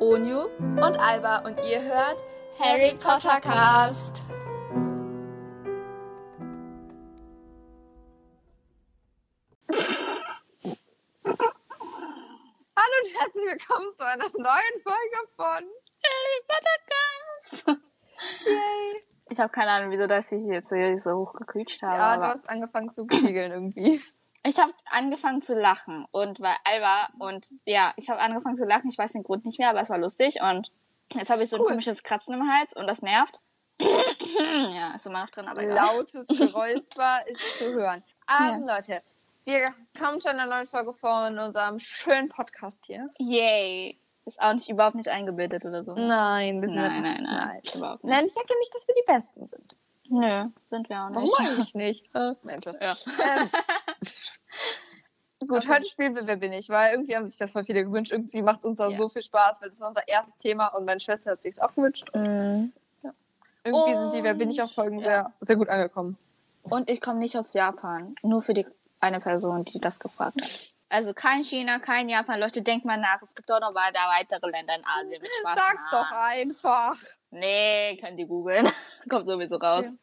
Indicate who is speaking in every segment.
Speaker 1: Onyu und Alba und ihr hört Harry Potter Cast.
Speaker 2: Hallo und herzlich willkommen zu einer neuen Folge von Harry Potter Cast. Yay.
Speaker 3: Ich habe keine Ahnung, wieso dass ich jetzt so, so hoch gequietscht habe.
Speaker 2: Ja, du
Speaker 3: aber
Speaker 2: hast angefangen zu kegeln irgendwie.
Speaker 3: ich habe angefangen zu lachen und weil Alba und ja, ich habe angefangen zu lachen. Ich weiß den Grund nicht mehr, aber es war lustig und jetzt habe ich so ein komisches Kratzen im Hals und das nervt. ja, ist immer noch drin, aber egal.
Speaker 2: Lautes Geräusper ist zu hören. Also Leute, wir kommen zu einer neuen Folge von unserem schönen Podcast hier.
Speaker 3: Yay. Ist auch nicht überhaupt nicht eingebildet oder so.
Speaker 2: Nein, wir
Speaker 3: Nein, nein, nein,
Speaker 2: Nein,
Speaker 3: überhaupt nicht.
Speaker 2: nein ich sage ja nicht, dass wir die Besten sind.
Speaker 3: Nö, sind wir auch nicht.
Speaker 2: Warum eigentlich nicht? Äh, Nein, Spaß.
Speaker 3: Ja.
Speaker 2: Ähm, Gut, heute spielen wir Wer bin ich, weil irgendwie haben sich das voll viele gewünscht. Irgendwie macht es uns auch
Speaker 3: Ja.
Speaker 2: so viel Spaß, weil das war unser erstes Thema und meine Schwester hat sich auch gewünscht.
Speaker 3: Mhm.
Speaker 2: Irgendwie sind die Wer bin ich
Speaker 3: Und-
Speaker 2: auch Folgen
Speaker 3: ja.
Speaker 2: sehr, sehr gut angekommen.
Speaker 3: Und ich komme nicht aus Japan. Nur für die eine Person, die das gefragt hat. Also kein China, kein Japan. Leute, denkt mal nach. Es gibt auch noch weiter weitere Länder in Asien mit schwarzen
Speaker 2: Sag's doch
Speaker 3: Haaren.
Speaker 2: einfach.
Speaker 3: Nee, könnt ihr googeln. kommt sowieso raus.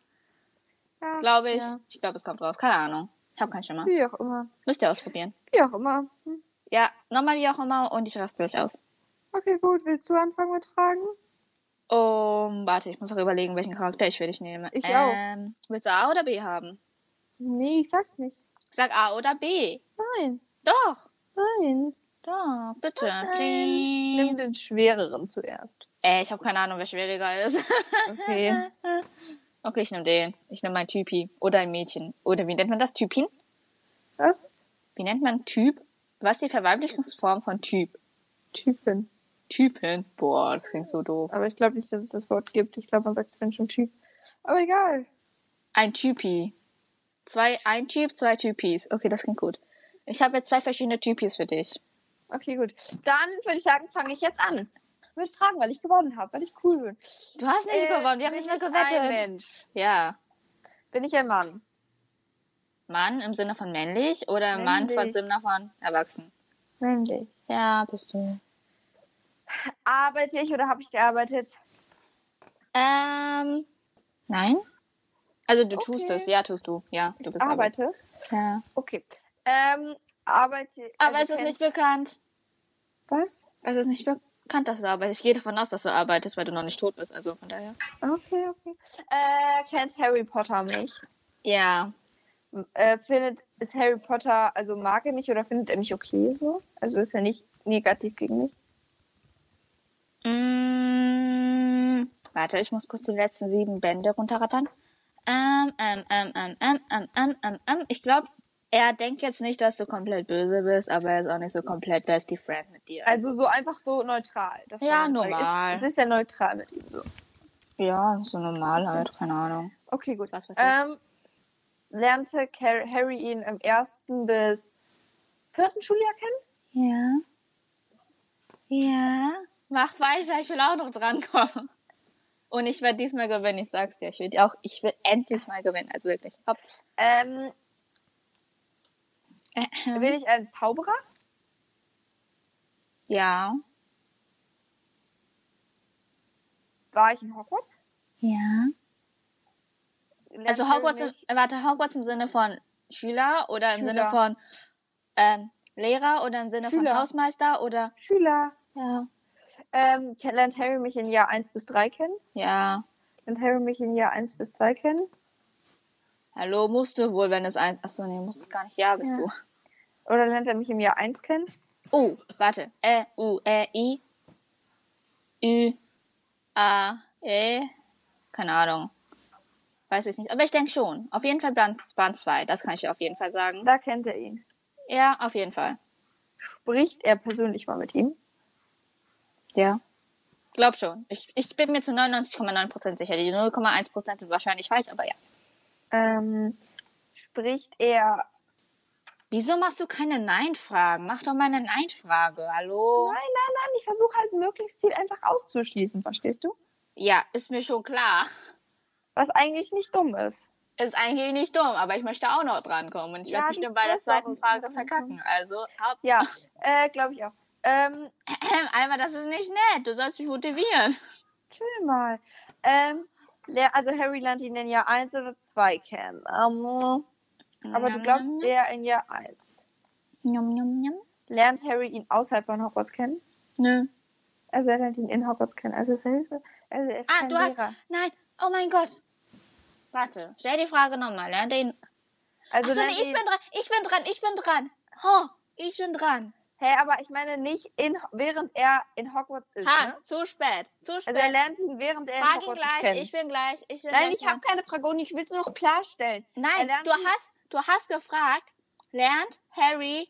Speaker 2: Ja.
Speaker 3: Glaube ich.
Speaker 2: Ja.
Speaker 3: Ich glaube, es kommt raus. Keine Ahnung. Ich habe keinen Schimmer.
Speaker 2: Wie auch immer.
Speaker 3: Müsst ihr ausprobieren.
Speaker 2: Wie auch immer. Hm.
Speaker 3: Ja, nochmal wie auch immer. Und ich raste gleich aus.
Speaker 2: Okay, gut. Willst du anfangen mit Fragen?
Speaker 3: Um, warte, ich muss noch überlegen, welchen Charakter ich für dich nehme.
Speaker 2: Ich
Speaker 3: ähm, Willst du A oder B haben?
Speaker 2: Nee, ich sag's nicht.
Speaker 3: Sag A oder B.
Speaker 2: Nein.
Speaker 3: Doch.
Speaker 2: Nein.
Speaker 3: Doch, bitte.
Speaker 2: Nimm
Speaker 3: Please.
Speaker 2: den schwereren zuerst.
Speaker 3: Äh, ich habe keine Ahnung, wer schwieriger ist.
Speaker 2: Okay.
Speaker 3: Okay, ich nehme den. Ich nehme mein Typi oder ein Mädchen. Oder wie nennt man das? Typin?
Speaker 2: Was ist
Speaker 3: Wie nennt man Typ? Was ist die Verweiblichungsform von Typ?
Speaker 2: Typin?
Speaker 3: Typin? Boah, das klingt so doof.
Speaker 2: Aber ich glaube nicht, dass es das Wort gibt. Ich glaube, man sagt Menschen Typ. Aber egal.
Speaker 3: Ein Typi. Zwei, ein Typ, zwei Typis. Okay, das klingt gut. Ich habe jetzt zwei verschiedene Typis für dich.
Speaker 2: Okay, gut. Dann würde ich sagen, fange ich jetzt an. Mit Fragen, weil ich gewonnen habe, weil ich cool bin. Äh,
Speaker 3: Du hast nicht gewonnen, wir haben Äh, nicht mehr
Speaker 2: Ein
Speaker 3: gewettet.
Speaker 2: Mensch.
Speaker 3: Ja.
Speaker 2: Bin ich ein Mann?
Speaker 3: Mann im Sinne von männlich oder Mann
Speaker 2: Männlich.
Speaker 3: im Sinne von erwachsen?
Speaker 2: Männlich.
Speaker 3: Ja, bist du.
Speaker 2: Arbeite ich oder habe ich gearbeitet?
Speaker 3: Ähm, nein? Also du tust
Speaker 2: Okay.
Speaker 3: es, ja, tust du. Ja, du
Speaker 2: Ich
Speaker 3: bist aber-
Speaker 2: arbeite.
Speaker 3: Ja.
Speaker 2: Okay. Ähm, arbeite.
Speaker 3: Aber
Speaker 2: also
Speaker 3: es ist
Speaker 2: kenn-
Speaker 3: nicht bekannt.
Speaker 2: Was?
Speaker 3: Es ist nicht bekannt, dass du arbeitest. Ich gehe davon aus, dass du arbeitest, weil du noch nicht tot bist. Also von daher.
Speaker 2: Okay, okay. Äh, kennt Harry Potter mich?
Speaker 3: Ja.
Speaker 2: M- Äh, findet, ist Harry Potter, also mag er mich oder findet er mich okay so? Also ist er nicht negativ gegen mich?
Speaker 3: Mm, warte, ich muss kurz die letzten sieben Bände runterrattern. Ähm, ähm, ähm, ähm, ähm, ähm, ähm, ähm, ähm. Ich glaube, er denkt jetzt nicht, dass du komplett böse bist, aber er ist auch nicht so komplett bestie friend mit dir.
Speaker 2: Also so einfach so neutral. Das
Speaker 3: Ja,
Speaker 2: war-
Speaker 3: normal.
Speaker 2: Es, es ist ja neutral mit ihm so.
Speaker 3: ja, so normal halt, keine Ahnung.
Speaker 2: Okay, gut.
Speaker 3: Was weiß ich.
Speaker 2: ähm, lernte Car Harry ihn im ersten bis vierten Schuljahr kennen?
Speaker 3: Ja. Ja. Mach weiter, ich will auch noch drankommen. Und ich werde diesmal gewinnen, ich sag's dir. Ich will auch, ich will endlich mal gewinnen, also wirklich. Hopp.
Speaker 2: Ähm,
Speaker 3: Äh,
Speaker 2: bin ich ein Zauberer?
Speaker 3: Ja.
Speaker 2: War ich in Hogwarts?
Speaker 3: Ja.
Speaker 2: Lernte
Speaker 3: Also
Speaker 2: Harry
Speaker 3: Hogwarts, im,
Speaker 2: mich-
Speaker 3: äh, warte, Hogwarts im Sinne von Schüler oder im
Speaker 2: Schüler.
Speaker 3: Sinne von ähm, Lehrer oder im Sinne
Speaker 2: Schüler.
Speaker 3: von Hausmeister oder
Speaker 2: Schüler.
Speaker 3: ja.
Speaker 2: Ähm, ken- lernt Harry mich in Jahr 1 bis 3 kennen?
Speaker 3: Ja.
Speaker 2: Lernt Harry mich in Jahr 1 bis 2 kennen?
Speaker 3: Hallo, musst du wohl, wenn es eins. Achso, nee, musst es gar nicht. Ja, bist
Speaker 2: Ja.
Speaker 3: du.
Speaker 2: Oder lernt er mich im Jahr 1 kennen?
Speaker 3: U, warte. Ä, U, Ä, I. Ü, A, E. Keine Ahnung. Weiß ich nicht. Aber ich denke schon. Auf jeden Fall Band, Band 2. Das kann ich dir auf jeden Fall sagen.
Speaker 2: Da kennt er ihn.
Speaker 3: Ja, auf jeden Fall.
Speaker 2: Spricht er persönlich mal mit ihm?
Speaker 3: Ja. Glaub schon. Ich, ich bin mir zu 99,9% sicher. Die 0,1% sind wahrscheinlich falsch, aber ja.
Speaker 2: Ähm, spricht er.
Speaker 3: Wieso machst du keine Nein-Fragen? Mach doch mal eine Nein-Frage. Hallo?
Speaker 2: Nein, nein, nein, ich versuche halt möglichst viel einfach auszuschließen, verstehst du?
Speaker 3: Ja, ist mir schon klar.
Speaker 2: Was eigentlich nicht dumm ist.
Speaker 3: Ist eigentlich nicht dumm, aber ich möchte auch noch drankommen. Und ich
Speaker 2: Ja,
Speaker 3: werde
Speaker 2: die
Speaker 3: bestimmt bei der
Speaker 2: bessere
Speaker 3: zweiten Frage
Speaker 2: Frage.
Speaker 3: verkacken. Also, hau-
Speaker 2: Ja, äh, glaube ich auch. Ähm,
Speaker 3: Alma, das ist nicht nett. Du sollst mich motivieren.
Speaker 2: chill mal. Ähm, Le- also Harry lernt ihn in Jahr 1 oder 2 kennen. Ähm, aber du glaubst eh- eher in Jahr 1.
Speaker 3: Njam, njam, njam.
Speaker 2: Lernt Harry ihn außerhalb von Hogwarts kennen?
Speaker 3: Nö.
Speaker 2: Also er lernt ihn in Hogwarts kennen. Also ist er Hilfe. Also er ist
Speaker 3: Ah,
Speaker 2: kein
Speaker 3: du hast.
Speaker 2: Lehrer.
Speaker 3: Nein. Oh mein Gott. Warte, stell die Frage nochmal. Lernt er ihn.
Speaker 2: Also
Speaker 3: Achso, nee,
Speaker 2: lernt
Speaker 3: ich
Speaker 2: ihn-
Speaker 3: bin dran. Ich bin dran. Ich bin dran. Ho, ich bin dran.
Speaker 2: Hä, aber ich meine nicht in, während er in Hogwarts ist.
Speaker 3: Ha,
Speaker 2: Ne?
Speaker 3: zu spät. Zu spät.
Speaker 2: Also er lernt ihn während er in
Speaker 3: Frage
Speaker 2: Hogwarts
Speaker 3: gleich.
Speaker 2: kennen.
Speaker 3: Ich bin gleich. Ich bin
Speaker 2: Nein,
Speaker 3: gleich
Speaker 2: ich habe keine Fragoni, ich will es noch klarstellen. Er
Speaker 3: Nein,
Speaker 2: lernt
Speaker 3: du
Speaker 2: ihn-
Speaker 3: hast, du hast gefragt, lernt Harry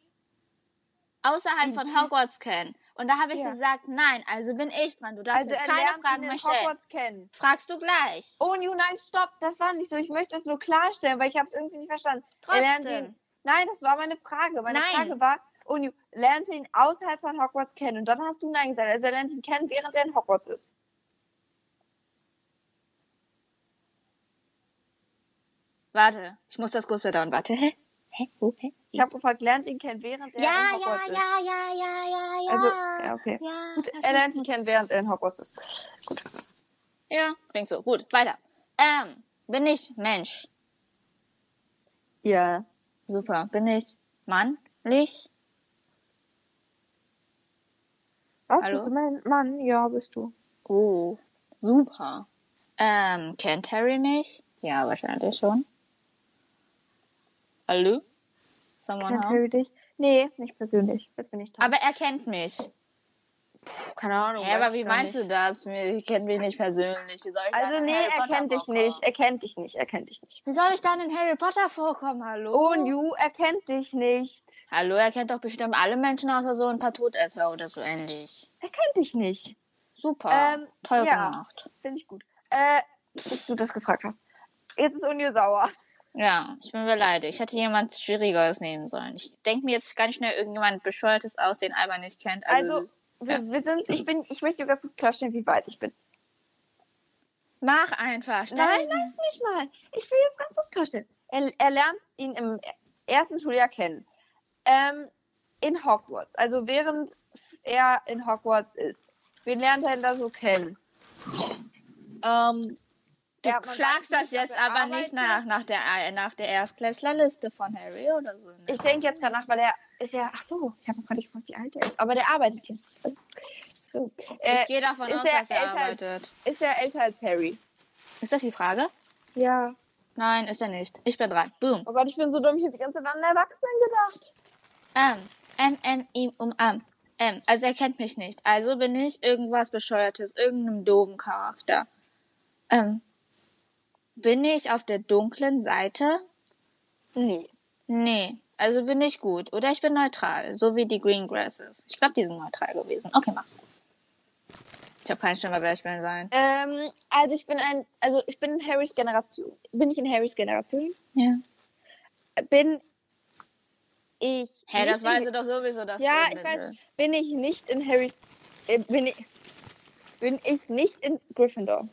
Speaker 3: außerhalb von Hogwarts kennen? Und da habe ich
Speaker 2: Mhm. Ja.
Speaker 3: gesagt, nein, also bin ich dran. Du darfst
Speaker 2: Also
Speaker 3: jetzt
Speaker 2: er
Speaker 3: keine
Speaker 2: lernt
Speaker 3: Fragen
Speaker 2: ihn
Speaker 3: mehr
Speaker 2: in
Speaker 3: stellen.
Speaker 2: Hogwarts kennen.
Speaker 3: Fragst du gleich.
Speaker 2: Oh Ju, nein, stopp, das war nicht so. Ich möchte es nur klarstellen, weil ich habe es irgendwie nicht verstanden. Er lernt
Speaker 3: Trotzdem.
Speaker 2: ihn. Nein, das war meine Frage. Meine
Speaker 3: Nein.
Speaker 2: Frage war, oh Ju, lernt ihn außerhalb von Hogwarts kennen. Und dann hast du nein gesagt. Also er lernt ihn kennen, während er in Hogwarts ist.
Speaker 3: Warte, ich muss das kurz verdauen. Warte, hä? Hä? Oh, hä?
Speaker 2: Ich habe gefragt, lernt ihn kennen, während er
Speaker 3: Ja,
Speaker 2: in
Speaker 3: ja,
Speaker 2: Hogwarts ist.
Speaker 3: ja, ja, ja, ja, ja.
Speaker 2: Also, ja, okay.
Speaker 3: Ja,
Speaker 2: Gut,
Speaker 3: das
Speaker 2: er
Speaker 3: muss-
Speaker 2: lernt ihn kennen, während er in Hogwarts ist.
Speaker 3: Ja, klingt so. Gut, weiter. Ähm, bin ich Mensch?
Speaker 2: Ja.
Speaker 3: Super. Bin ich mannlich?
Speaker 2: Was,
Speaker 3: Hallo?
Speaker 2: bist du mein Mann? Ja, bist du.
Speaker 3: Oh, super. Ähm, kennt Harry mich? Ja, wahrscheinlich schon. Hallo? Someone
Speaker 2: Kennt
Speaker 3: home?
Speaker 2: Harry dich? Nee, nicht persönlich. Jetzt bin ich dran.
Speaker 3: Aber er kennt mich.
Speaker 2: Puh, keine Ahnung.
Speaker 3: Hä,
Speaker 2: weiß
Speaker 3: aber
Speaker 2: ich
Speaker 3: wie
Speaker 2: gar
Speaker 3: meinst
Speaker 2: nicht.
Speaker 3: du das? Mir- Ich kennt mich nicht persönlich. Wie soll ich
Speaker 2: Also
Speaker 3: dann in
Speaker 2: nee,
Speaker 3: Harry
Speaker 2: er
Speaker 3: Potter
Speaker 2: kennt dich
Speaker 3: vorkommen?
Speaker 2: nicht. Er kennt dich nicht. Er kennt dich nicht.
Speaker 3: Wie soll ich dann in Harry Potter vorkommen? Hallo?
Speaker 2: Oh, New, er kennt dich nicht.
Speaker 3: Hallo, er kennt doch bestimmt alle Menschen außer so ein paar Todesser oder so ähnlich.
Speaker 2: Er kennt dich nicht.
Speaker 3: Super.
Speaker 2: Ähm,
Speaker 3: Toll
Speaker 2: ja.
Speaker 3: gemacht.
Speaker 2: Finde ich gut. Äh, dass du das gefragt hast. Jetzt ist Unio sauer.
Speaker 3: Ja, ich bin beleidigt. Ich hätte jemand Schwierigeres nehmen sollen. Ich denke mir jetzt ganz schnell irgendjemand Bescheuertes aus, den Alba nicht kennt. Also,
Speaker 2: Also, wir, wir sind, ich bin, ich möchte ganz kurz klarstellen, wie weit ich bin.
Speaker 3: mach einfach. Stell
Speaker 2: Nein,
Speaker 3: dich-
Speaker 2: lass mich mal. Ich will jetzt ganz kurz klarstellen. Er, er lernt ihn im ersten Schuljahr kennen. Ähm, in Hogwarts. Also während er in Hogwarts ist. Wen lernt er da so kennen? Ähm,
Speaker 3: Du
Speaker 2: ja, man
Speaker 3: schlagst
Speaker 2: weiß
Speaker 3: das
Speaker 2: nicht, ob
Speaker 3: jetzt
Speaker 2: er
Speaker 3: aber nicht nach,
Speaker 2: arbeitet.
Speaker 3: nach, der, äh, nach der Erstklässlerliste von Harry oder so. ne?
Speaker 2: Ich denke jetzt gerade nach, weil er ist ja. Ach so, ich habe noch gar nicht gefragt, wie alt er ist. Aber der arbeitet jetzt. So.
Speaker 3: ich
Speaker 2: Äh,
Speaker 3: gehe davon
Speaker 2: ist
Speaker 3: aus,
Speaker 2: er
Speaker 3: dass er
Speaker 2: älter als-
Speaker 3: arbeitet.
Speaker 2: ist er älter als Harry?
Speaker 3: Ist das die Frage?
Speaker 2: Ja.
Speaker 3: Nein, ist er nicht. Ich bin dran. Boom.
Speaker 2: Oh Gott, ich bin so dumm, ich habe die ganze Zeit an Erwachsenen gedacht.
Speaker 3: Ähm, M, M, I, um, am. M. Also er kennt mich nicht. Also bin ich irgendwas Bescheuertes, irgendeinem doofen Charakter. Ähm, bin ich auf der dunklen Seite?
Speaker 2: Nee.
Speaker 3: Nee. Also bin ich gut. Oder ich bin neutral. So wie die Greengrasses. Ich glaube, die sind neutral gewesen. Okay, mach. Ich habe keinen Schimmer, wer ich will sein.
Speaker 2: Ähm, also ich bin ein, also ich bin in Harrys Generation. Bin ich in Harrys Generation?
Speaker 3: Ja.
Speaker 2: Bin ich.
Speaker 3: Hä,
Speaker 2: nicht
Speaker 3: das weißt du
Speaker 2: in,
Speaker 3: doch sowieso, dass
Speaker 2: Ja,
Speaker 3: du
Speaker 2: ich weiß. Bin ich nicht in Harrys. Äh, bin ich. Bin ich nicht in Gryffindor?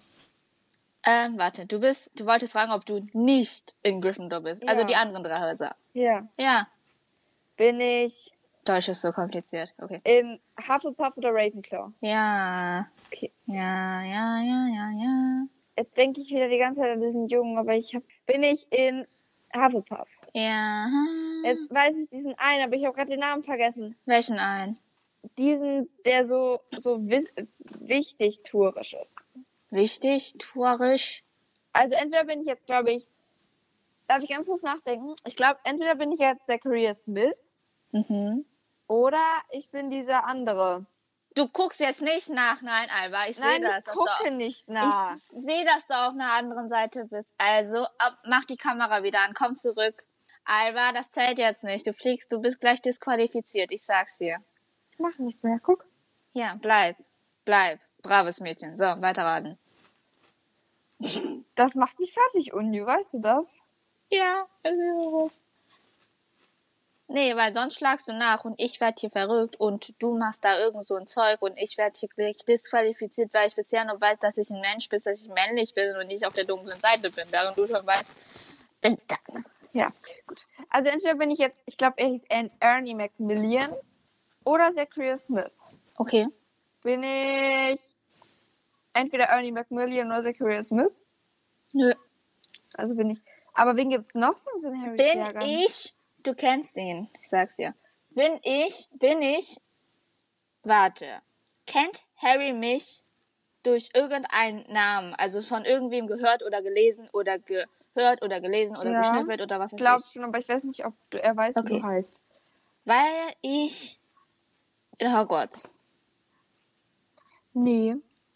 Speaker 3: Ähm, warte, du bist, du wolltest fragen, ob du nicht in Gryffindor bist. Also
Speaker 2: Ja.
Speaker 3: die anderen drei Häuser.
Speaker 2: Ja.
Speaker 3: Ja.
Speaker 2: Bin ich
Speaker 3: Deutsch ist so kompliziert. Okay.
Speaker 2: in Hufflepuff oder Ravenclaw?
Speaker 3: Ja.
Speaker 2: Okay.
Speaker 3: Ja, ja, ja, ja, ja.
Speaker 2: Jetzt denke ich wieder die ganze Zeit an diesen Jungen, aber ich hab, bin ich in Hufflepuff.
Speaker 3: Ja. Mhm.
Speaker 2: Jetzt weiß ich diesen einen, aber ich habe gerade den Namen vergessen.
Speaker 3: Welchen ein?
Speaker 2: Diesen, der so, so wis- wichtig tourisch ist.
Speaker 3: Wichtig, tourisch.
Speaker 2: Also entweder bin ich jetzt, glaube ich, darf ich ganz kurz nachdenken? Ich glaube, entweder bin ich jetzt Zachariah Smith
Speaker 3: Mhm.
Speaker 2: oder ich bin dieser andere.
Speaker 3: Du guckst jetzt nicht nach, nein, Alba. Ich sehe
Speaker 2: Nein,
Speaker 3: das.
Speaker 2: ich
Speaker 3: dass
Speaker 2: gucke
Speaker 3: du,
Speaker 2: nicht nach.
Speaker 3: Ich sehe, dass du auf einer anderen Seite bist. Also, ab, mach die Kamera wieder an, komm zurück. Alba, das zählt jetzt nicht. Du fliegst, du bist gleich disqualifiziert. Ich sag's dir.
Speaker 2: Ich mach nichts mehr, guck.
Speaker 3: Ja, bleib. Bleib. Braves Mädchen. So, weiterraten.
Speaker 2: Das macht mich fertig, Unju, weißt du das?
Speaker 3: Ja, also was. Nee, weil sonst schlagst du nach und ich werd hier verrückt und du machst da irgend so ein Zeug und ich werd hier gleich disqualifiziert, weil ich bisher nur weiß, dass ich ein Mensch bin, dass ich männlich bin und nicht auf der dunklen Seite bin, während du schon weißt. bin da-
Speaker 2: Ja, gut. Also entweder bin ich jetzt, ich glaube, er hieß An- Ernie Macmillan oder Zacharias Smith
Speaker 3: Okay.
Speaker 2: bin ich entweder Ernie Macmillan oder Zacharias Smith.
Speaker 3: Nö.
Speaker 2: Also bin ich. Aber wen gibt's noch sonst in Harrys
Speaker 3: Bin
Speaker 2: Jahrgang?
Speaker 3: ich, du kennst ihn, ich sag's dir. Bin ich, bin ich, warte. Kennt Harry mich durch irgendeinen Namen, also von irgendwem gehört oder gelesen oder gehört oder gelesen oder
Speaker 2: Ja.
Speaker 3: geschnüffelt oder was weiß
Speaker 2: Glaub
Speaker 3: ich.
Speaker 2: schon, aber ich weiß nicht, ob du, er weiß, wie
Speaker 3: Okay.
Speaker 2: du heißt.
Speaker 3: Weil ich in Hogwarts.
Speaker 2: Nee.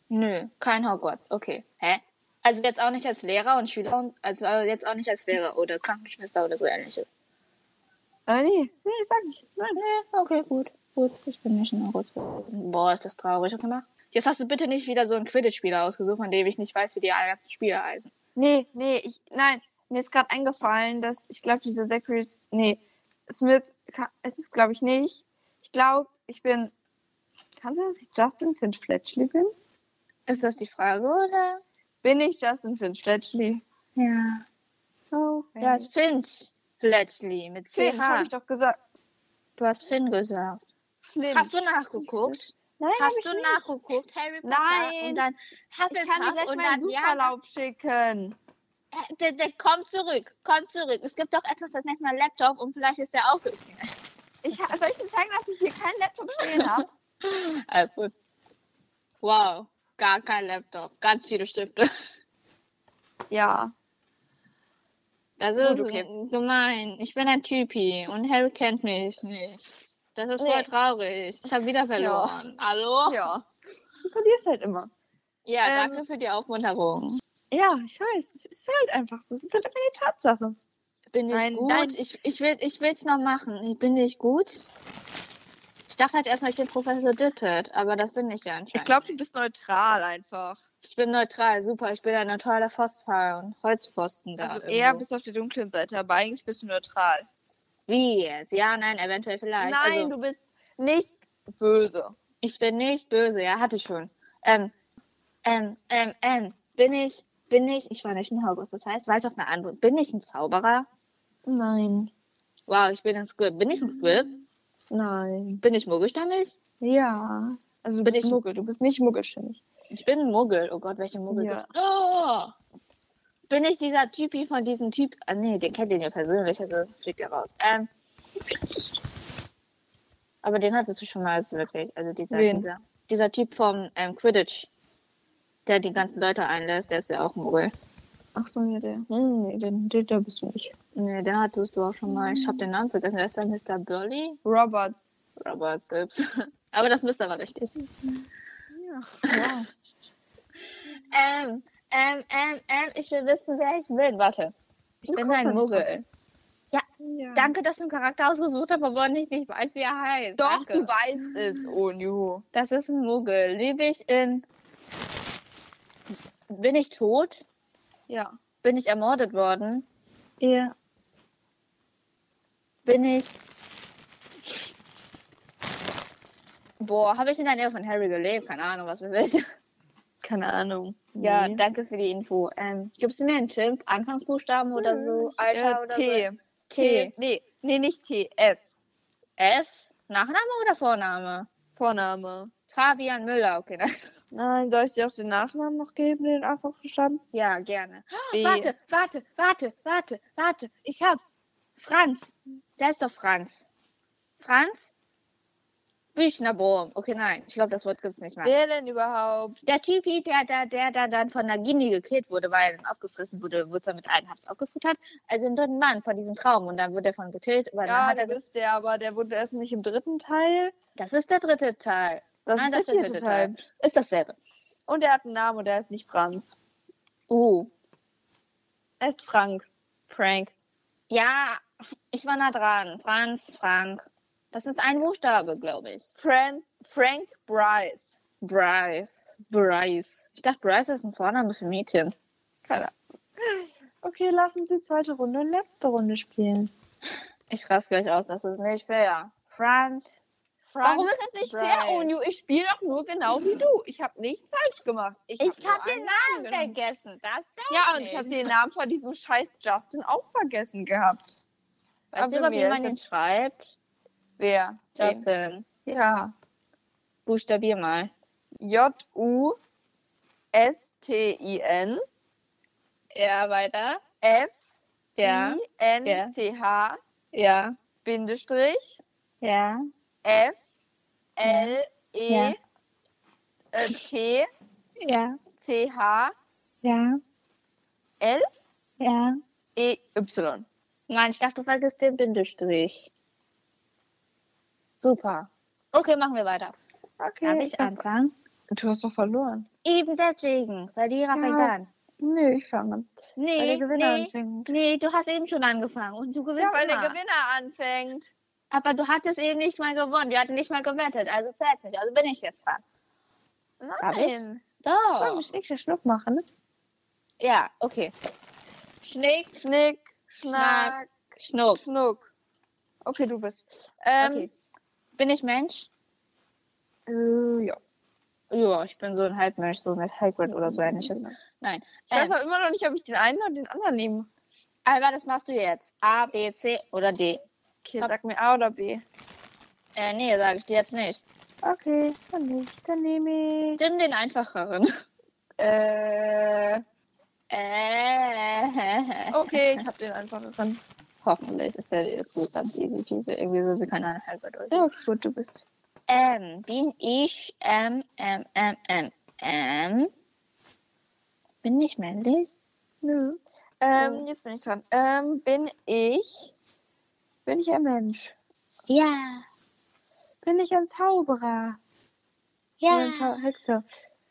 Speaker 3: Nö, kein Hogwarts. Okay. Hä? Also jetzt auch nicht als Lehrer und Schüler und also jetzt auch nicht als Lehrer oder Krankenschwester oder so ähnliches.
Speaker 2: Ernie? Nee, sag nicht. Nein.
Speaker 3: Nee, okay, gut. Gut, ich bin nicht in Hogwarts gewesen. Boah, ist das traurig. Okay, mach. Jetzt hast du bitte nicht wieder so einen Quidditch-Spieler ausgesucht, von dem ich nicht weiß, wie die ganzen Spieler heißen.
Speaker 2: Nee, nee, ich, nein. Mir ist gerade eingefallen, dass ich glaube, dieser Zacharias, nee, Smith, kann, es ist glaube ich nicht. Ich glaube, ich bin, kann sein, dass ich Justin Finch Fletchley bin?
Speaker 3: Ist das die Frage, oder?
Speaker 2: Bin ich Justin Finch Fletchley?
Speaker 3: Ja.
Speaker 2: Oh,
Speaker 3: Du hast Finch Fletchley mit CH.
Speaker 2: Finch, habe ich doch gesagt.
Speaker 3: Du hast Finn gesagt.
Speaker 2: Flint.
Speaker 3: Hast du nachgeguckt?
Speaker 2: Nein, hab
Speaker 3: Hast
Speaker 2: ich
Speaker 3: du
Speaker 2: nicht.
Speaker 3: nachgeguckt? Harry Potter
Speaker 2: Nein.
Speaker 3: und dann
Speaker 2: Ich kann dir
Speaker 3: Hufflepuff
Speaker 2: gleich
Speaker 3: und
Speaker 2: meinen
Speaker 3: dann Diana
Speaker 2: Suchverlauf schicken.
Speaker 3: Äh, Der, der kommt zurück, kommt zurück. Es gibt doch etwas, das nennt man Laptop und vielleicht ist der auch geknallt.
Speaker 2: Ich, ha- soll ich dir zeigen, dass ich hier keinen Laptop stehen habe?
Speaker 3: Alles gut. Wow, gar kein Laptop, ganz viele Stifte.
Speaker 2: ja.
Speaker 3: Das ist
Speaker 2: okay.
Speaker 3: gemein. Ich bin ein Typi und Harry kennt mich nicht. Das ist voll
Speaker 2: Nee.
Speaker 3: traurig. Ich habe wieder verloren. Hallo?
Speaker 2: Ja. Du verlierst halt immer.
Speaker 3: Ja,
Speaker 2: Ähm.
Speaker 3: danke für die Aufmunterung.
Speaker 2: Ja, ich weiß. Es ist halt einfach so. Es ist halt einfach die Tatsache.
Speaker 3: Bin ich
Speaker 2: Nein,
Speaker 3: gut?
Speaker 2: nein.
Speaker 3: Ich, ich will es noch machen. Bin ich gut? Ich dachte halt erstmal, ich bin Professor Dittert, aber das bin ich ja anscheinend.
Speaker 2: Ich glaube, du bist neutral einfach.
Speaker 3: Ich bin neutral, super. Ich bin ein neutraler Phosphor und Holzpfosten da.
Speaker 2: also
Speaker 3: irgendwo.
Speaker 2: eher bist du auf der dunklen Seite, aber eigentlich bist du neutral.
Speaker 3: Wie jetzt? Ja, nein, eventuell vielleicht. also,
Speaker 2: du bist nicht böse.
Speaker 3: ich bin nicht böse, ja, hatte ich schon. Ähm, ähm, ähm, ähm, bin ich, bin ich, ich war nicht in Hogwarts, das heißt, war ich auf einer anderen, bin ich ein Zauberer?
Speaker 2: Nein.
Speaker 3: Wow, ich bin ein Squib. Bin ich ein Squib?
Speaker 2: Nein.
Speaker 3: Bin ich muggelstämmig?
Speaker 2: Ja. Also du
Speaker 3: Bin
Speaker 2: bist
Speaker 3: ich-
Speaker 2: Muggel. Du bist nicht muggelstimmig.
Speaker 3: Ich bin ein Muggel. Oh Gott, welche Muggel
Speaker 2: Ja.
Speaker 3: gibt's? Oh! Bin ich dieser Typi von diesem Typ? Ah, nee, den kennt ihr ja persönlich, also fliegt er raus. Ähm, aber den hattest du schon mal also wirklich. Also dieser,
Speaker 2: Wen?
Speaker 3: dieser, dieser Typ vom ähm, Quidditch, der die ganzen Leute einlässt, der ist ja auch ein Muggel.
Speaker 2: Ach so, ja, der. Hm, nee, den, den, der bist du nicht.
Speaker 3: Nee, den hattest du auch schon mal. Ich habe den Namen vergessen. Wer ist da? Mr. Burley?
Speaker 2: Roberts.
Speaker 3: Robert Phillips. aber das Mr. war richtig.
Speaker 2: Ja.
Speaker 3: Ähm, ähm, ähm, ähm, ich will wissen, wer ich bin. Warte. Ich
Speaker 2: Du
Speaker 3: bin
Speaker 2: kommst
Speaker 3: ein
Speaker 2: doch nicht drauf.
Speaker 3: Muggel. Danke, dass du einen Charakter ausgesucht hast, von dem ich nicht weiß, wie er heißt.
Speaker 2: Doch,
Speaker 3: Danke.
Speaker 2: du weißt es, oh, Onju.
Speaker 3: Das ist ein Muggel. Lebe ich in. Bin ich tot?
Speaker 2: Ja.
Speaker 3: Bin ich ermordet worden?
Speaker 2: Ja.
Speaker 3: Bin ich. Boah, habe ich in der Nähe von Harry gelebt? Keine Ahnung, was weiß ich.
Speaker 2: Keine Ahnung.
Speaker 3: Ja, danke für die Info. Ähm, gibst du mir einen Tipp? Anfangsbuchstaben oder so? Alter
Speaker 2: äh,
Speaker 3: oder
Speaker 2: T.
Speaker 3: so?
Speaker 2: T.
Speaker 3: T.
Speaker 2: Nee, nee, nicht T. F.
Speaker 3: F? Nachname oder Vorname?
Speaker 2: Vorname.
Speaker 3: Fabian Müller, okay. ne? nein.
Speaker 2: Nein, soll ich dir auch den Nachnamen noch geben, den einfach verstanden?
Speaker 3: Ja, gerne.
Speaker 2: B.
Speaker 3: Warte, warte, warte, warte, warte. Ich hab's. Franz. Der ist doch Franz. Franz? Büchnerbohm. Okay, nein. Ich glaube, das Wort gibt's nicht mehr.
Speaker 2: Wer denn überhaupt?
Speaker 3: Der Typi, der, der, der, der dann von Nagini gekillt wurde, weil er aufgefressen wurde, wurde er mit einem Haps aufgefuttert. Also im dritten Mann von diesem Traum. Und dann wurde er von getillt, weil dann
Speaker 2: Ja,
Speaker 3: hat er
Speaker 2: du
Speaker 3: gesagt,
Speaker 2: bist der, aber der wurde erst nicht im dritten Teil.
Speaker 3: das ist der dritte Teil.
Speaker 2: Das
Speaker 3: Nein,
Speaker 2: ist der vierte Teil.
Speaker 3: Ist dasselbe.
Speaker 2: Und er hat einen Namen und der ist nicht Franz.
Speaker 3: Uh.
Speaker 2: Er ist Frank. Frank.
Speaker 3: Ja, ich war nah dran. Franz, Frank. Das ist ein Buchstabe, glaube ich.
Speaker 2: Franz, Frank Bryce.
Speaker 3: Bryce. Bryce. Ich dachte, Bryce ist ein Vorname für Mädchen. Keine Ahnung.
Speaker 2: Okay, lass uns die zweite Runde und letzte Runde spielen.
Speaker 3: Ich raste gleich aus, das ist nicht fair. Franz. Franz
Speaker 2: Warum ist das nicht fair,
Speaker 3: Bryce.
Speaker 2: Onju? Ich spiele doch nur genau wie du. Ich habe nichts falsch gemacht.
Speaker 3: Ich
Speaker 2: nur
Speaker 3: habe den
Speaker 2: einen
Speaker 3: Namen
Speaker 2: genommen.
Speaker 3: vergessen. Das sag
Speaker 2: Ja, und
Speaker 3: ich.
Speaker 2: ich habe den Namen von diesem scheiß Justin auch vergessen gehabt.
Speaker 3: Weißt du,
Speaker 2: aber
Speaker 3: über wie
Speaker 2: mir ist
Speaker 3: man den schreibt?
Speaker 2: Wer?
Speaker 3: Justin.
Speaker 2: Ja.
Speaker 3: Buchstabier mal.
Speaker 2: J-U-S-T-I-N
Speaker 3: Ja, weiter. Ja.
Speaker 2: F-I-N-C-H
Speaker 3: Ja.
Speaker 2: Bindestrich
Speaker 3: Ja.
Speaker 2: F L E
Speaker 3: Ja.
Speaker 2: äh, T
Speaker 3: Ja.
Speaker 2: C H
Speaker 3: Ja.
Speaker 2: L
Speaker 3: Ja.
Speaker 2: E Y.
Speaker 3: Mann, ich dachte, du vergisst den Bindestrich. Super. Okay, machen wir weiter.
Speaker 2: Okay.
Speaker 3: Darf ich anfangen?
Speaker 2: Du hast doch verloren.
Speaker 3: Eben deswegen. Verlierer fängt
Speaker 2: Ja.
Speaker 3: an.
Speaker 2: Nö, ich fange an. Weil
Speaker 3: Nee,
Speaker 2: der Gewinner
Speaker 3: nee,
Speaker 2: anfängt.
Speaker 3: nee, du hast eben schon angefangen und du
Speaker 2: Ja,
Speaker 3: gewinnst
Speaker 2: weil der
Speaker 3: immer.
Speaker 2: Gewinner anfängt.
Speaker 3: Aber du hattest eben nicht mal gewonnen. Wir hatten nicht mal gewettet, also zählt's nicht. Also bin ich jetzt dran. ich?
Speaker 2: Nein. Wollen
Speaker 3: Doch.
Speaker 2: wir Schnick, Schnack, Schnuck machen? ne?
Speaker 3: Ja, okay. Schnick,
Speaker 2: Schnick, Schnack,
Speaker 3: Schnuck.
Speaker 2: Schnuck. Okay, du bist. Ähm,
Speaker 3: okay. Bin ich Mensch?
Speaker 2: Äh, ja.
Speaker 3: Ja, ich bin so ein Halbmensch, so mit Hagrid oder so ähnliches. Nein.
Speaker 2: Ich weiß
Speaker 3: Ähm,
Speaker 2: aber immer noch nicht, ob ich den einen oder den anderen nehme.
Speaker 3: Alba, das machst du jetzt. A, B, C oder D?
Speaker 2: Okay,
Speaker 3: Stopp.
Speaker 2: sag mir A oder B.
Speaker 3: Äh, nee, sage ich dir jetzt nicht.
Speaker 2: Okay, dann nicht. Dann nehme ich.
Speaker 3: Nimm den einfacheren.
Speaker 2: Äh,
Speaker 3: Äh,
Speaker 2: okay, ich hab den einfacheren.
Speaker 3: hoffentlich ist der jetzt so ganz easy peasy. Irgendwie so wie keine Ahnung, Hagrid oder so.
Speaker 2: Ja, okay, gut, du bist.
Speaker 3: Ähm, bin ich, ähm, ähm, ähm, ähm, ähm. Bin ich männlich?
Speaker 2: Nö. Ähm, jetzt bin ich dran. Ähm, bin ich. Bin ich ein Mensch?
Speaker 3: Ja.
Speaker 2: Bin ich ein Zauberer? Oder ein Zau Hexer?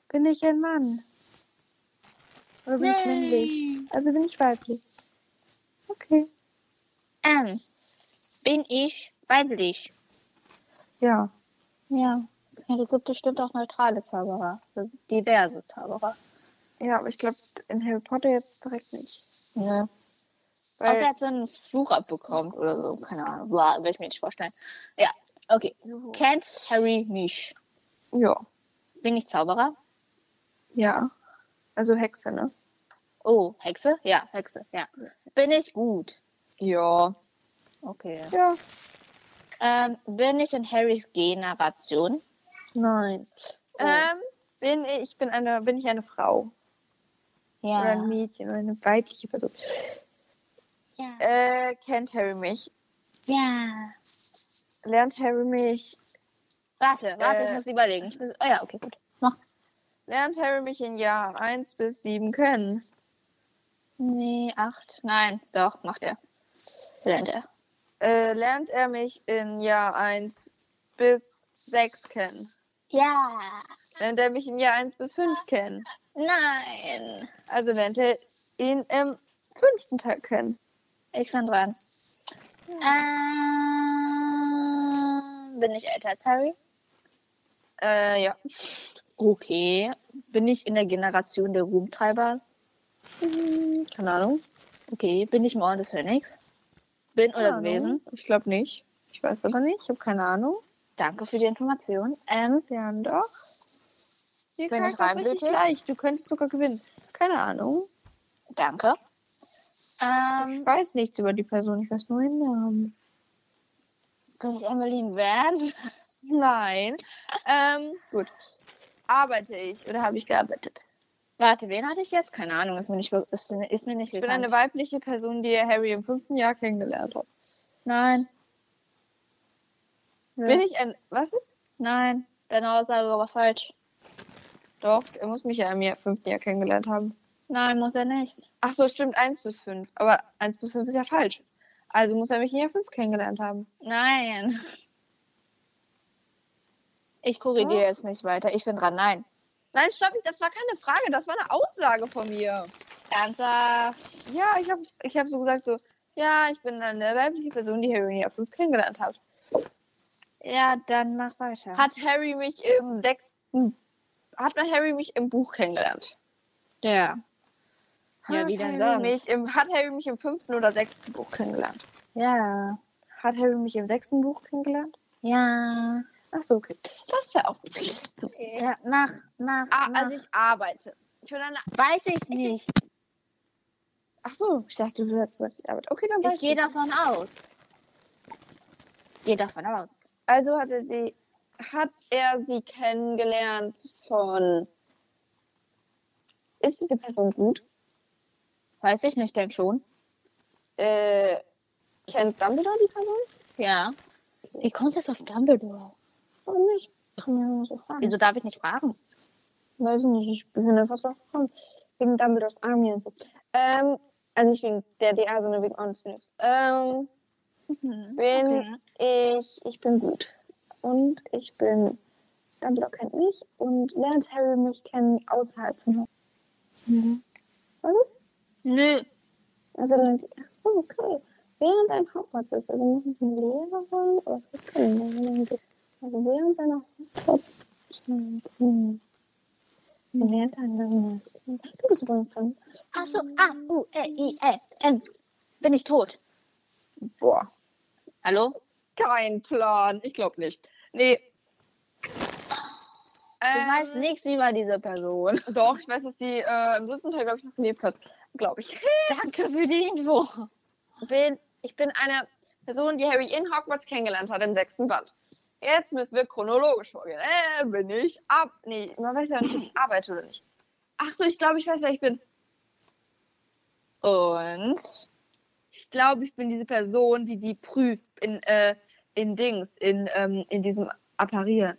Speaker 2: Bin ich ein Mann? Oder bin ich männlich?
Speaker 3: Nein.
Speaker 2: Also bin ich weiblich. Okay.
Speaker 3: Ähm, bin ich weiblich?
Speaker 2: Ja.
Speaker 3: Ja. ja. Es gibt bestimmt auch neutrale Zauberer. So diverse Zauberer.
Speaker 2: Ja, aber ich glaube, in Harry Potter jetzt direkt nicht.
Speaker 3: Ne. Außer er
Speaker 2: Weil,
Speaker 3: hat so einen Fluch abbekommt oder so. Keine Ahnung. Bla, will ich mir nicht vorstellen. Ja, okay. Kennt Harry mich?
Speaker 2: ja.
Speaker 3: Bin ich Zauberer?
Speaker 2: Ja. Also Hexe, ne?
Speaker 3: Oh, Hexe? Ja, Hexe, ja. Bin ich gut?
Speaker 2: Ja.
Speaker 3: Okay.
Speaker 2: Ja.
Speaker 3: Ähm, bin ich in Harrys Generation?
Speaker 2: Nein. Ähm, bin ich, ich bin eine, bin ich eine Frau oder ein Mädchen oder eine weibliche Person.
Speaker 3: Ja.
Speaker 2: Äh, kennt Harry mich?
Speaker 3: ja.
Speaker 2: Lernt Harry mich?
Speaker 3: Warte, warte, ich
Speaker 2: Äh.
Speaker 3: muss überlegen. Ich muss, oh ja, okay, gut. Mach.
Speaker 2: Lernt Harry mich in Jahren 1 bis 7 kennen?
Speaker 3: Nee, acht. Nein, doch, macht er. Lernt er.
Speaker 2: Äh, lernt er mich in Jahr 1 bis 6 kennen?
Speaker 3: Ja.
Speaker 2: Lernt er mich in Jahr 1 bis 5 kennen?
Speaker 3: Nein.
Speaker 2: Also lernt er ihn im fünften Teil kennen.
Speaker 3: Ich bin dran. Ähm, bin ich älter als Harry?
Speaker 2: Äh, ja.
Speaker 3: Okay. Bin ich in der Generation der Ruhmtreiber?
Speaker 2: Hm, Keine Ahnung.
Speaker 3: Okay. Bin ich im Orden des Phönix? Bin oder
Speaker 2: Keine
Speaker 3: gewesen?
Speaker 2: Ahnung. Ich glaube nicht. Ich weiß aber nicht. Ich habe keine Ahnung.
Speaker 3: Danke für die Information. Ähm,
Speaker 2: Lernen doch. Hier
Speaker 3: Wenn
Speaker 2: kann
Speaker 3: ich
Speaker 2: ich richtig
Speaker 3: reinblöde?
Speaker 2: gleich. Du könntest sogar gewinnen. Keine Ahnung.
Speaker 3: Danke.
Speaker 2: Ich
Speaker 3: Ähm,
Speaker 2: weiß nichts über die Person. Ich weiß nur den Namen.
Speaker 3: bin ich Emmeline Vance?
Speaker 2: Nein. ähm, gut. Arbeite ich oder habe ich gearbeitet?
Speaker 3: Warte, wen hatte ich jetzt? Keine Ahnung, ist mir nicht, be- ist, ist mir nicht
Speaker 2: Ich bin eine
Speaker 3: gegangen.
Speaker 2: weibliche Person, die Harry im fünften Jahr kennengelernt hat.
Speaker 3: Nein, Hm,
Speaker 2: Bin ich ein. Was ist?
Speaker 3: nein, deine Aussage war falsch.
Speaker 2: Doch, er muss mich ja im Jahr, fünften Jahr kennengelernt haben.
Speaker 3: Nein, muss er nicht.
Speaker 2: Ach so, stimmt, 1 bis 5. Aber 1 bis 5 ist ja falsch. Also muss er mich in Jahr 5 kennengelernt haben.
Speaker 3: Nein. Ich korrigiere
Speaker 2: Hm?
Speaker 3: jetzt nicht weiter. Ich bin dran. Nein.
Speaker 2: Nein, stopp, ich- das war keine Frage, das war eine Aussage von mir.
Speaker 3: Ernsthaft?
Speaker 2: Ja, ich habe ich hab so gesagt, so, ja, ich bin eine weibliche Person, die Harry in Jahr 5 kennengelernt hat.
Speaker 3: Ja, dann mach weiter.
Speaker 2: Hat Harry mich im sechsten. Hat man Harry mich im Buch kennengelernt?
Speaker 3: der. Ja, wie
Speaker 2: Hat
Speaker 3: denn
Speaker 2: Harry
Speaker 3: sonst?
Speaker 2: Mich im, hat Harry mich im fünften oder sechsten Buch kennengelernt?
Speaker 3: Ja.
Speaker 2: Hat Harry mich im sechsten Buch kennengelernt?
Speaker 3: Ja.
Speaker 2: Ach so, okay. Das wäre auch zu wissen.
Speaker 3: Ja, mach, mach.
Speaker 2: Ah,
Speaker 3: mach.
Speaker 2: also ich arbeite. Ich bin eine.
Speaker 3: Weiß ich nicht.
Speaker 2: Ach so, ich dachte, du hast gesagt, ich arbeite. Okay, dann weiß
Speaker 3: Ich gehe
Speaker 2: ich's.
Speaker 3: davon aus. Ich gehe davon aus.
Speaker 2: Also hatte sie hat er sie kennengelernt von. Ist diese Person gut?
Speaker 3: Weiß ich nicht, denk schon.
Speaker 2: Äh, kennt Dumbledore die Person?
Speaker 3: Ja. Wie kommst du jetzt auf Dumbledore?
Speaker 2: Warum nicht? Kann man ja nur so fragen.
Speaker 3: Wieso darf ich nicht fragen?
Speaker 2: Weiß ich nicht, ich bin einfach drauf gekommen. Wegen Dumbledores Army und so. Ähm, also nicht wegen der DA, sondern wegen Honest Phoenix. Ähm, bin ich, ich bin gut. Und ich bin, Dumbledore kennt mich und lernt Harry mich kennen außerhalb von Hogwarts.
Speaker 3: Mhm.
Speaker 2: Was?
Speaker 3: Nö.
Speaker 2: Also dann, ach so, okay. Während ein Hogwarts ist, also muss es eine Lehrerin oder es gibt keine Lehrerin. Also während seiner Hogwarts. Hm. Man lernt andere. Du bist übrigens dran.
Speaker 3: Achso, A, U, E, I, E, M. Bin ich tot?
Speaker 2: Boah.
Speaker 3: Hallo?
Speaker 2: Kein Plan. Ich glaube nicht. Nee.
Speaker 3: Du
Speaker 2: Ähm,
Speaker 3: weißt nichts über diese Person.
Speaker 2: Doch, ich weiß, dass sie äh, im siebten Teil, glaube ich, noch gelebt hat. Glaube ich.
Speaker 3: Danke für die Info.
Speaker 2: Bin, ich bin eine Person, die Harry in Hogwarts kennengelernt hat im sechsten Band. Jetzt müssen wir chronologisch vorgehen. Äh, bin ich ab. Nee, man weiß ja nicht, ob ich arbeite oder nicht. Ach so, ich glaube, ich weiß, wer ich bin.
Speaker 3: Und?
Speaker 2: Ich glaube, ich bin diese Person, die die prüft in, äh, in Dings, in, ähm, in diesem Apparieren.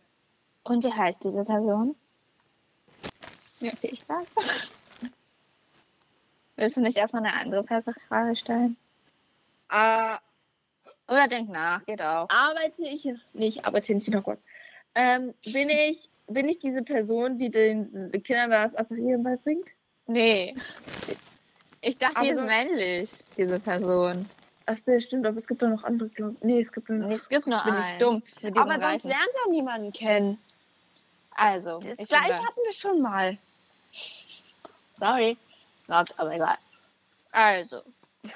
Speaker 3: Und wie heißt diese Person? Ja, ich weiß. Willst du nicht erstmal eine andere Frage stellen?
Speaker 2: Äh,
Speaker 3: Oder denk nach, geht auch.
Speaker 2: arbeite ich in, nee, ich arbeite nicht in Hogwarts. Ähm, bin ich, bin ich diese Person, die den Kindern das Apparieren beibringt?
Speaker 3: Nee. Ich dachte, die ist
Speaker 2: Also-
Speaker 3: männlich, diese Person.
Speaker 2: Ach so, ja, stimmt, aber es gibt doch noch andere, glaube ich. Nee, es gibt doch noch.
Speaker 3: Es gibt nur
Speaker 2: bin
Speaker 3: einen.
Speaker 2: ich dumm.
Speaker 3: Mit diesem
Speaker 2: Aber sonst
Speaker 3: Reifen.
Speaker 2: lernt er niemanden kennen.
Speaker 3: Also,
Speaker 2: Das
Speaker 3: ich
Speaker 2: gleiche
Speaker 3: bin da.
Speaker 2: hatten wir schon mal.
Speaker 3: Sorry. Not, aber egal. Also.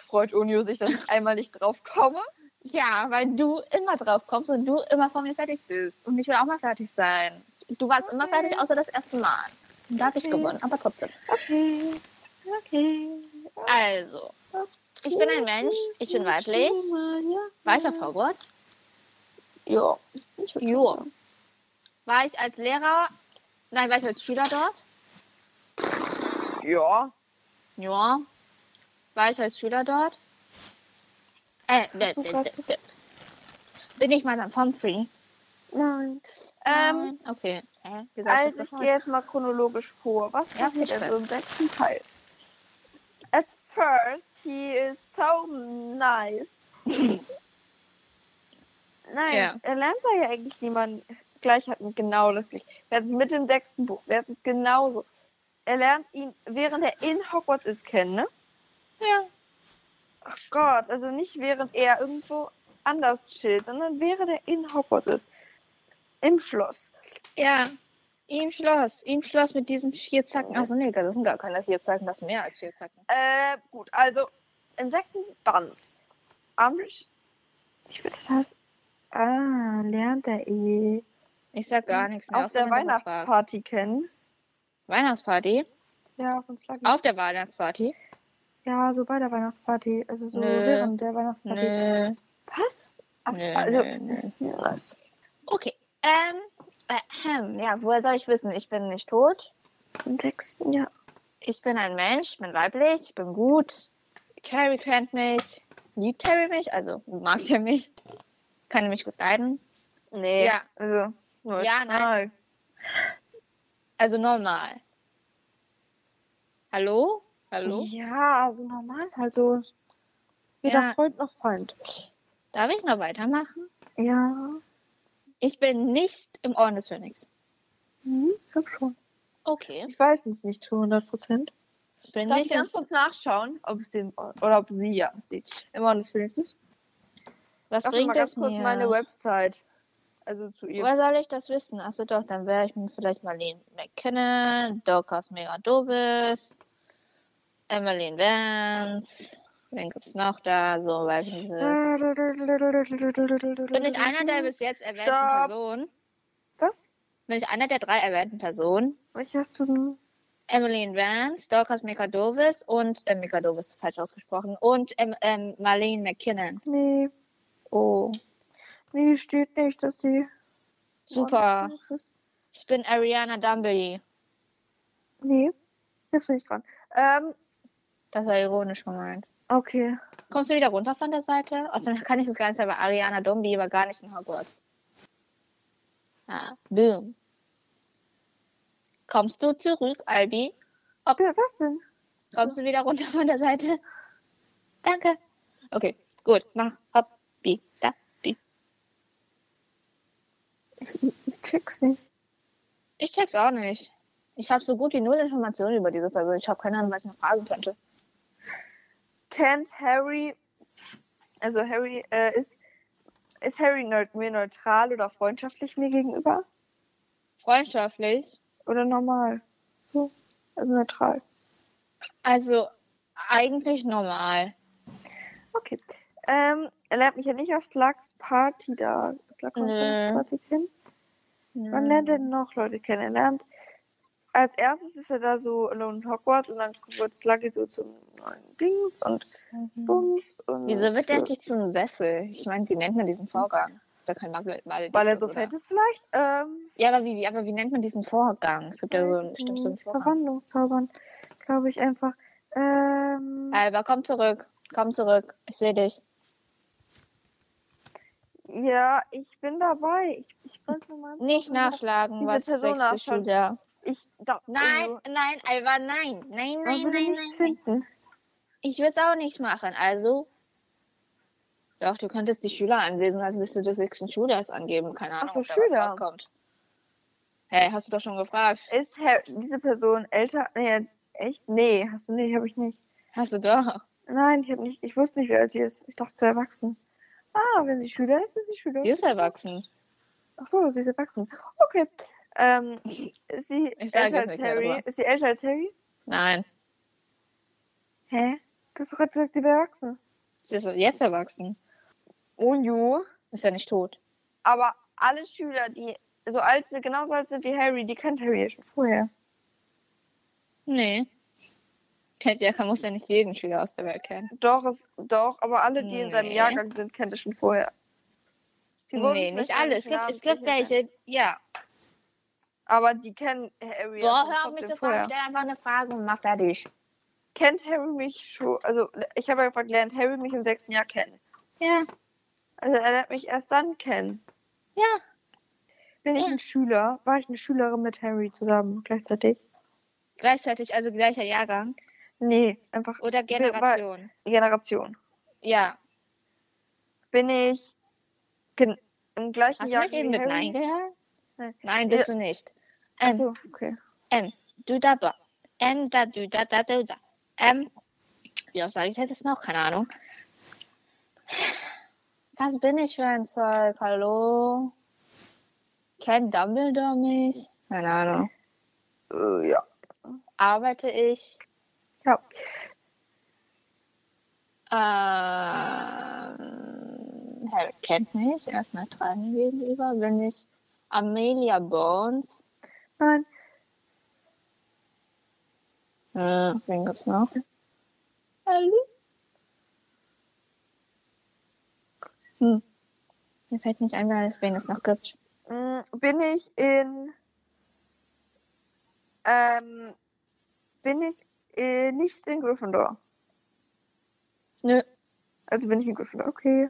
Speaker 2: Freut Unio sich, dass ich einmal nicht drauf komme.
Speaker 3: Ja, weil du immer drauf kommst und du immer vor mir fertig bist. Und ich will auch mal fertig sein. Du warst immer fertig, außer das erste Mal. Und da habe ich gewonnen, aber trotzdem.
Speaker 2: Okay. Okay.
Speaker 3: Also, ich bin ein Mensch, ich bin weiblich. War ich auf Hogwarts?
Speaker 2: Ja. Ich würd
Speaker 3: Jo.
Speaker 2: sagen,
Speaker 3: War ich als Lehrer? Nein, war ich als Schüler dort?
Speaker 2: Ja.
Speaker 3: Ja. War ich als Schüler dort? Äh, d-
Speaker 2: du
Speaker 3: d-
Speaker 2: gerade
Speaker 3: d- d- bin ich mal am Pomfrey?
Speaker 2: Nein. Ähm,
Speaker 3: okay. Äh, wie sag ich
Speaker 2: also
Speaker 3: das
Speaker 2: ich
Speaker 3: nochmal?
Speaker 2: gehe jetzt mal chronologisch vor. Was
Speaker 3: Ja,
Speaker 2: passiert
Speaker 3: bitte.
Speaker 2: also im sechsten Teil? At first, he is so nice. Nein,
Speaker 3: Ja.
Speaker 2: er lernt da ja eigentlich niemanden. Das gleiche hatten wir genau das gleiche. Wir hatten es mit dem sechsten Buch. Wir hatten es genauso. Er lernt ihn, während er in Hogwarts ist, kennen, ne?
Speaker 3: Ja.
Speaker 2: Ach Gott, also nicht während er irgendwo anders chillt, sondern während er in Hogwarts ist. Im Schloss.
Speaker 3: Ja. Im Schloss, im Schloss mit diesen vier Zacken. Achso, nee, das sind gar keine vier Zacken, das sind mehr als vier Zacken.
Speaker 2: Äh, gut, also im sechsten Band. Am Sch- ich bitte das. Ah, lernt er eh.
Speaker 3: Ich sag gar nichts mehr.
Speaker 2: auf der
Speaker 3: Weihnachtsparty.
Speaker 2: Weihnachtsparty kennen.
Speaker 3: Weihnachtsparty?
Speaker 2: Ja, auf dem Slack.
Speaker 3: Auf der Weihnachtsparty?
Speaker 2: Ja, so bei der Weihnachtsparty. Also so
Speaker 3: Nö.
Speaker 2: während der Weihnachtsparty.
Speaker 3: Nö.
Speaker 2: Was? Auf,
Speaker 3: Nö,
Speaker 2: also,
Speaker 3: nö, nö.
Speaker 2: was?
Speaker 3: Okay. Ähm, äh, ja, woher soll ich wissen? Ich bin nicht tot.
Speaker 2: Im sechsten Jahr.
Speaker 3: Ich bin ein Mensch, bin weiblich, ich bin gut. Carrie kennt mich. Liebt Harry mich? Also mag er mich. Kann er mich gut leiden.
Speaker 2: Nee.
Speaker 3: Ja.
Speaker 2: Also, nur
Speaker 3: Ja, nein. Also normal. Hallo? Hallo?
Speaker 2: Ja, also normal.
Speaker 4: halt.
Speaker 2: Also, weder
Speaker 3: Ja.
Speaker 2: Freund noch Feind.
Speaker 3: Darf ich noch weitermachen?
Speaker 2: Ja.
Speaker 3: Ich bin nicht im Orden des Phönix.
Speaker 2: Hm, ich glaub schon.
Speaker 3: Okay.
Speaker 2: Ich weiß es nicht zu 100 Prozent.
Speaker 3: Bin
Speaker 2: Darf
Speaker 3: ich
Speaker 2: ich ganz
Speaker 3: ins,
Speaker 2: kurz nachschauen, ob sie im Or- oder ob sie ja sie im Ordnung des Phönix ist?
Speaker 3: was
Speaker 2: Öffne mal
Speaker 3: bringt
Speaker 2: ganz
Speaker 3: das
Speaker 2: kurz
Speaker 3: mir?
Speaker 2: meine Website. Also zu ihr.
Speaker 3: Woher soll ich das wissen? Achso, doch, dann wäre ich mir vielleicht Marlene McKinnon, Dorcas Megadovis, Emmeline Vance. Wen gibt's noch da? So, weiß ich nicht. wer es ist. Bin ich einer der bis jetzt erwähnten
Speaker 2: Stopp.
Speaker 3: Personen?
Speaker 2: Was?
Speaker 3: Bin ich einer der drei erwähnten Personen?
Speaker 2: Welche hast du denn?
Speaker 3: Emmeline Vance, Dorcas Megadovis und, äh, Megadovis falsch ausgesprochen, und ähm, ähm, Marlene McKinnon.
Speaker 2: Nee,
Speaker 3: Oh.
Speaker 2: nee, steht nicht, dass sie.
Speaker 3: Super.
Speaker 4: Oh, das ist-
Speaker 3: Ich bin Ariana Dumbley.
Speaker 4: Nee, jetzt bin ich dran. Ähm,
Speaker 3: Das war ironisch gemeint.
Speaker 4: okay.
Speaker 3: Kommst du wieder runter von der Seite? Außerdem kann ich das Ganze, aber Ariana Dumbley war gar nicht in Hogwarts. Ah, boom. Kommst du zurück, Albi?
Speaker 4: Wer, was denn?
Speaker 3: Kommst du wieder runter von der Seite? Danke. Okay, gut. Mach. Hopp, bi, da, bi.
Speaker 4: Ich, ich check's nicht.
Speaker 3: Ich check's auch nicht. Ich habe so gut wie null Informationen über diese Person. Ich habe keine Ahnung, was ich noch fragen könnte.
Speaker 4: Kennt Harry, also Harry, äh, ist, ist Harry neu- mir neutral oder freundschaftlich mir gegenüber?
Speaker 3: Freundschaftlich.
Speaker 4: Oder normal? So, also neutral.
Speaker 3: Also eigentlich normal.
Speaker 4: Okay. Ähm, er lernt mich ja nicht auf Slugs Party da. Slug
Speaker 3: Nö. Hm.
Speaker 4: Party kennen. Man lernt denn noch Leute kennen. Er lernt. Als erstes ist er da so alone in Hogwarts und dann wird Sluggy so zum neuen Dings und Bums und.
Speaker 3: Mhm. Wieso wird
Speaker 4: so.
Speaker 3: der eigentlich zum Sessel? Ich meine, wie nennt man diesen Vorgang? Ist ja kein Magel.
Speaker 4: Weil er so fett ist vielleicht? Ähm,
Speaker 3: Ja, aber wie, wie, aber wie nennt man diesen Vorgang? Es gibt ja so
Speaker 4: weiß
Speaker 3: einen
Speaker 4: es
Speaker 3: bestimmten so einen
Speaker 4: nicht.
Speaker 3: Vorgang.
Speaker 4: Verwandlungszaubern, glaube ich einfach. Ähm,
Speaker 3: Alba, komm zurück. Komm zurück. Ich sehe dich.
Speaker 4: ja, ich bin dabei. Ich, ich wollte nur mal.
Speaker 3: Nicht nachschlagen,
Speaker 4: diese
Speaker 3: was 60
Speaker 4: Person nachschauen.
Speaker 3: Schuljahr.
Speaker 4: Ich, da,
Speaker 3: Nein,
Speaker 4: also,
Speaker 3: nein, Alba, nein. Nein,
Speaker 4: man
Speaker 3: nein,
Speaker 4: würde
Speaker 3: nein, nein.
Speaker 4: nichts
Speaker 3: nein.
Speaker 4: finden.
Speaker 3: Ich würde es auch nicht machen. Also. Doch, du könntest die Schüler anwesen, als Liste des sechsten Schuljahres angeben. Keine Ahnung,
Speaker 4: Ach so,
Speaker 3: ob da was
Speaker 4: Schüler.
Speaker 3: rauskommt. Hey, hast du doch schon gefragt.
Speaker 4: Ist Harry, diese Person älter? Nee, echt? Nee, hast du nicht, habe ich nicht.
Speaker 3: Hast du doch.
Speaker 4: Nein, ich habe nicht, ich wusste nicht, wie alt sie ist. Ich dachte, sie ist erwachsen. Ah, wenn sie Schüler ist, ist sie Schüler.
Speaker 3: Die ist erwachsen.
Speaker 4: Ach so, sie ist erwachsen. Okay. Ähm, ist sie
Speaker 3: Ich sag jetzt
Speaker 4: älter als
Speaker 3: nichts mehr
Speaker 4: Harry?
Speaker 3: drüber.
Speaker 4: Ist sie älter als Harry?
Speaker 3: Nein,
Speaker 4: Hä? Du hast doch gerade gesagt, sie wäre erwachsen.
Speaker 3: sie ist jetzt erwachsen.
Speaker 4: Oh, ju.
Speaker 3: Ist ja nicht tot.
Speaker 4: Aber alle Schüler, die so alt sind, genauso alt sind wie Harry, die kennt Harry ja schon vorher.
Speaker 3: Nee. Kennt ja, muss ja nicht jeden Schüler aus der Welt kennen.
Speaker 4: Doch, es, doch, aber alle, die in seinem
Speaker 3: Nee.
Speaker 4: Jahrgang sind, kennt er schon vorher. Die wurden
Speaker 3: Nee, nicht
Speaker 4: vielleicht
Speaker 3: alle. Es gibt,
Speaker 4: namentlich
Speaker 3: es gibt
Speaker 4: genannt.
Speaker 3: welche, ja.
Speaker 4: Aber die kennen Harry.
Speaker 3: Boah,
Speaker 4: also
Speaker 3: hör auf mich
Speaker 4: trotzdem
Speaker 3: zu
Speaker 4: vorher.
Speaker 3: fragen. Stell einfach eine Frage und mach fertig.
Speaker 4: Kennt Harry mich schon? Also, ich habe ja gefragt, lernt Harry mich im sechsten Jahr kennen?
Speaker 3: Ja,
Speaker 4: Also, er lernt mich erst dann kennen.
Speaker 3: ja.
Speaker 4: Bin ich
Speaker 3: Ja.
Speaker 4: ein Schüler? War ich eine Schülerin mit Harry zusammen gleichzeitig?
Speaker 3: Gleichzeitig, also gleicher Jahrgang.
Speaker 4: Nee, einfach
Speaker 3: Oder
Speaker 4: bin-
Speaker 3: Generation.
Speaker 4: Generation.
Speaker 3: Ja.
Speaker 4: Bin ich gen im gleichen
Speaker 3: Hast du
Speaker 4: Jahr
Speaker 3: nicht eben mit Nein gehört?
Speaker 4: Nein.
Speaker 3: Nein, bist du nicht. Ähm,
Speaker 4: Achso, okay.
Speaker 3: ähm, du da ba. Ähm, da, du da, da, du da. Ähm, wie oft sage ich das jetzt noch? Keine Ahnung. Was bin ich für ein Zeug? Hallo? Kennt Dumbledore mich? Keine Ahnung.
Speaker 4: Äh, ja.
Speaker 3: Arbeite ich?
Speaker 4: ja.
Speaker 3: Ähm, Harry Äh, kennt mich. Er ist neutral mir gegenüber. Bin ich Amelia Bones?
Speaker 4: Nein,
Speaker 3: Äh, wen gibt's noch? Hallo? Hm. Mir fällt nicht ein, wer es- wen es noch gibt.
Speaker 4: Mm, bin ich in. Ähm, bin ich äh, nicht in Gryffindor?
Speaker 3: Nö.
Speaker 4: Also bin ich in Gryffindor, okay.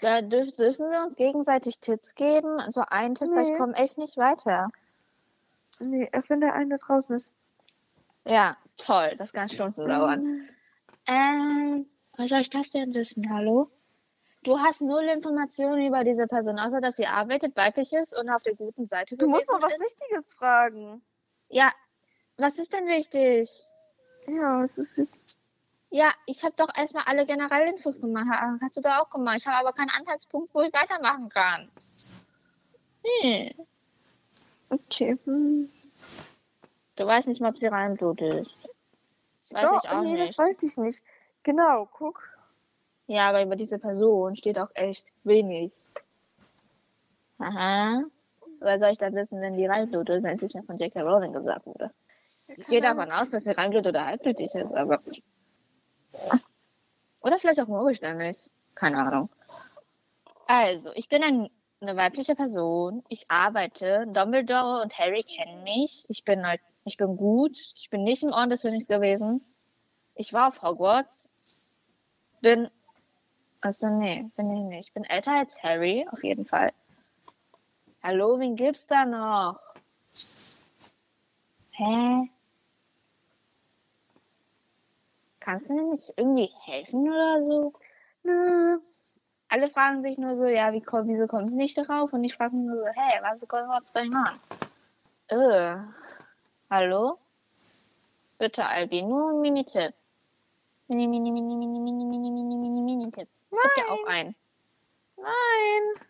Speaker 3: Da dürf, dürfen wir uns gegenseitig Tipps geben. Also einen Tipp, weil ich
Speaker 4: Nee.
Speaker 3: komme echt nicht weiter.
Speaker 4: Nee, erst wenn der eine draußen ist. Hm,
Speaker 3: Ja, toll. Das kann Stunden dauern. Ähm, was soll ich das denn wissen? Hallo? Du hast null Informationen über diese Person, außer dass sie arbeitet, weiblich ist und auf der guten Seite
Speaker 4: Du musst mal
Speaker 3: gewesen
Speaker 4: was
Speaker 3: ist.
Speaker 4: Wichtiges fragen.
Speaker 3: Ja, was ist denn wichtig?
Speaker 4: Ja, es ist jetzt.
Speaker 3: Ja, ich habe doch erstmal alle Generalinfos gemacht. Ha- Hast du da auch gemacht? Ich habe aber keinen Anhaltspunkt, wo ich weitermachen kann. Hm.
Speaker 4: Okay. Hm.
Speaker 3: Du weißt nicht mal, ob sie Reinblut ist. Das weiß
Speaker 4: Doch,
Speaker 3: ich auch
Speaker 4: nee, das
Speaker 3: nicht.
Speaker 4: weiß ich nicht. Genau, guck.
Speaker 3: Ja, aber über diese Person steht auch echt wenig. Aha. Was soll ich dann wissen, wenn die Reinblut ist, wenn es nicht mehr von J.K. Rowling gesagt wurde? Ich gehe davon aus, dass sie Reinblut oder halbblütig ist, aber. Oder vielleicht auch morgenständig. Keine Ahnung. Also, ich bin ein eine weibliche Person. Ich arbeite. Dumbledore und Harry kennen mich. Ich bin neu- ich bin gut. Ich bin nicht im Orden des Phönix gewesen. Ich war auf Hogwarts. Bin. Also nee, bin ich nicht. Ich bin älter als Harry, auf jeden Fall. Hallo, wen gibt's da noch? Hä? Kannst du mir nicht irgendwie helfen oder so?
Speaker 4: Nö.
Speaker 3: alle fragen sich nur so, ja, wie komm, wieso kommt es nicht darauf? Und ich frage mich nur so, hey, was kommt vor zwei Jahren? Äh, hallo? Bitte Albi, nur ein Minitipp. Mini, mini, mini, mini, mini, mini, mini, mini, Minitipp. Ich hab dir auch einen.
Speaker 4: Nein.